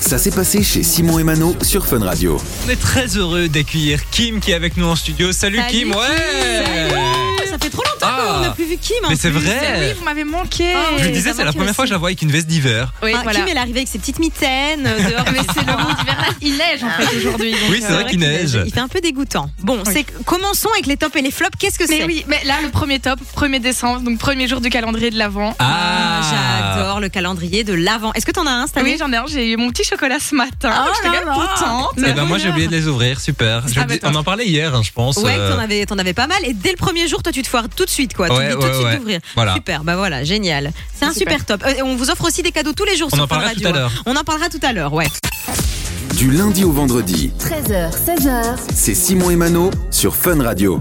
Ça s'est passé chez Simon et Mano sur Fun Radio. On est très heureux d'accueillir Kim qui est avec nous en studio. Salut, Salut, Kim, ouais Salut Ça fait trop longtemps Ah. qu'on n'a plus vu Kim. en Mais c'est plus. vrai. Ah Oui, vous m'avez manqué. Je le disais, c'est la première fois que je la vois avec une veste d'hiver. Ah, Oui, Ah, voilà. Ah, Kim, elle est arrivée avec ses petites mitaines euh, dehors, mais c'est le mot d'hiver. Il neige en fait aujourd'hui. donc, Oui, c'est euh, vrai qu'il neige. Il fait un peu dégoûtant. Bon, Oui. c'est commençons avec les tops et les flops. Qu'est-ce que Mais c'est oui, mais là le premier top, 1er décembre, donc premier jour du calendrier de l'Avent. Ah, J'adore le calendrier de l'avant. Est-ce que t'en as un cette Ah Oui, Ah, année j'en ai un, j'ai eu mon petit chocolat ce matin. Oh donc J'étais là quand même là. contente. Eh ben moi j'ai oublié de les ouvrir, super. Je Ah, dis- mais toi. on en parlait hier, hein, je pense. Ouais, euh, t'en avais, t'en avais pas mal. Et dès le premier jour, toi, tu te foires tout de suite, quoi. Ouais, tu oublies ouais, tout de suite ouais. d'ouvrir. Voilà. Super, bah voilà, génial. C'est un super, Super. top. Euh, et on vous offre aussi des cadeaux tous les jours On sur en Fun parlera Radio, tout à l'heure. hein. On en parlera tout à l'heure, ouais. Du lundi au vendredi, 13h, 16h, c'est Simon et Mano sur Fun Radio.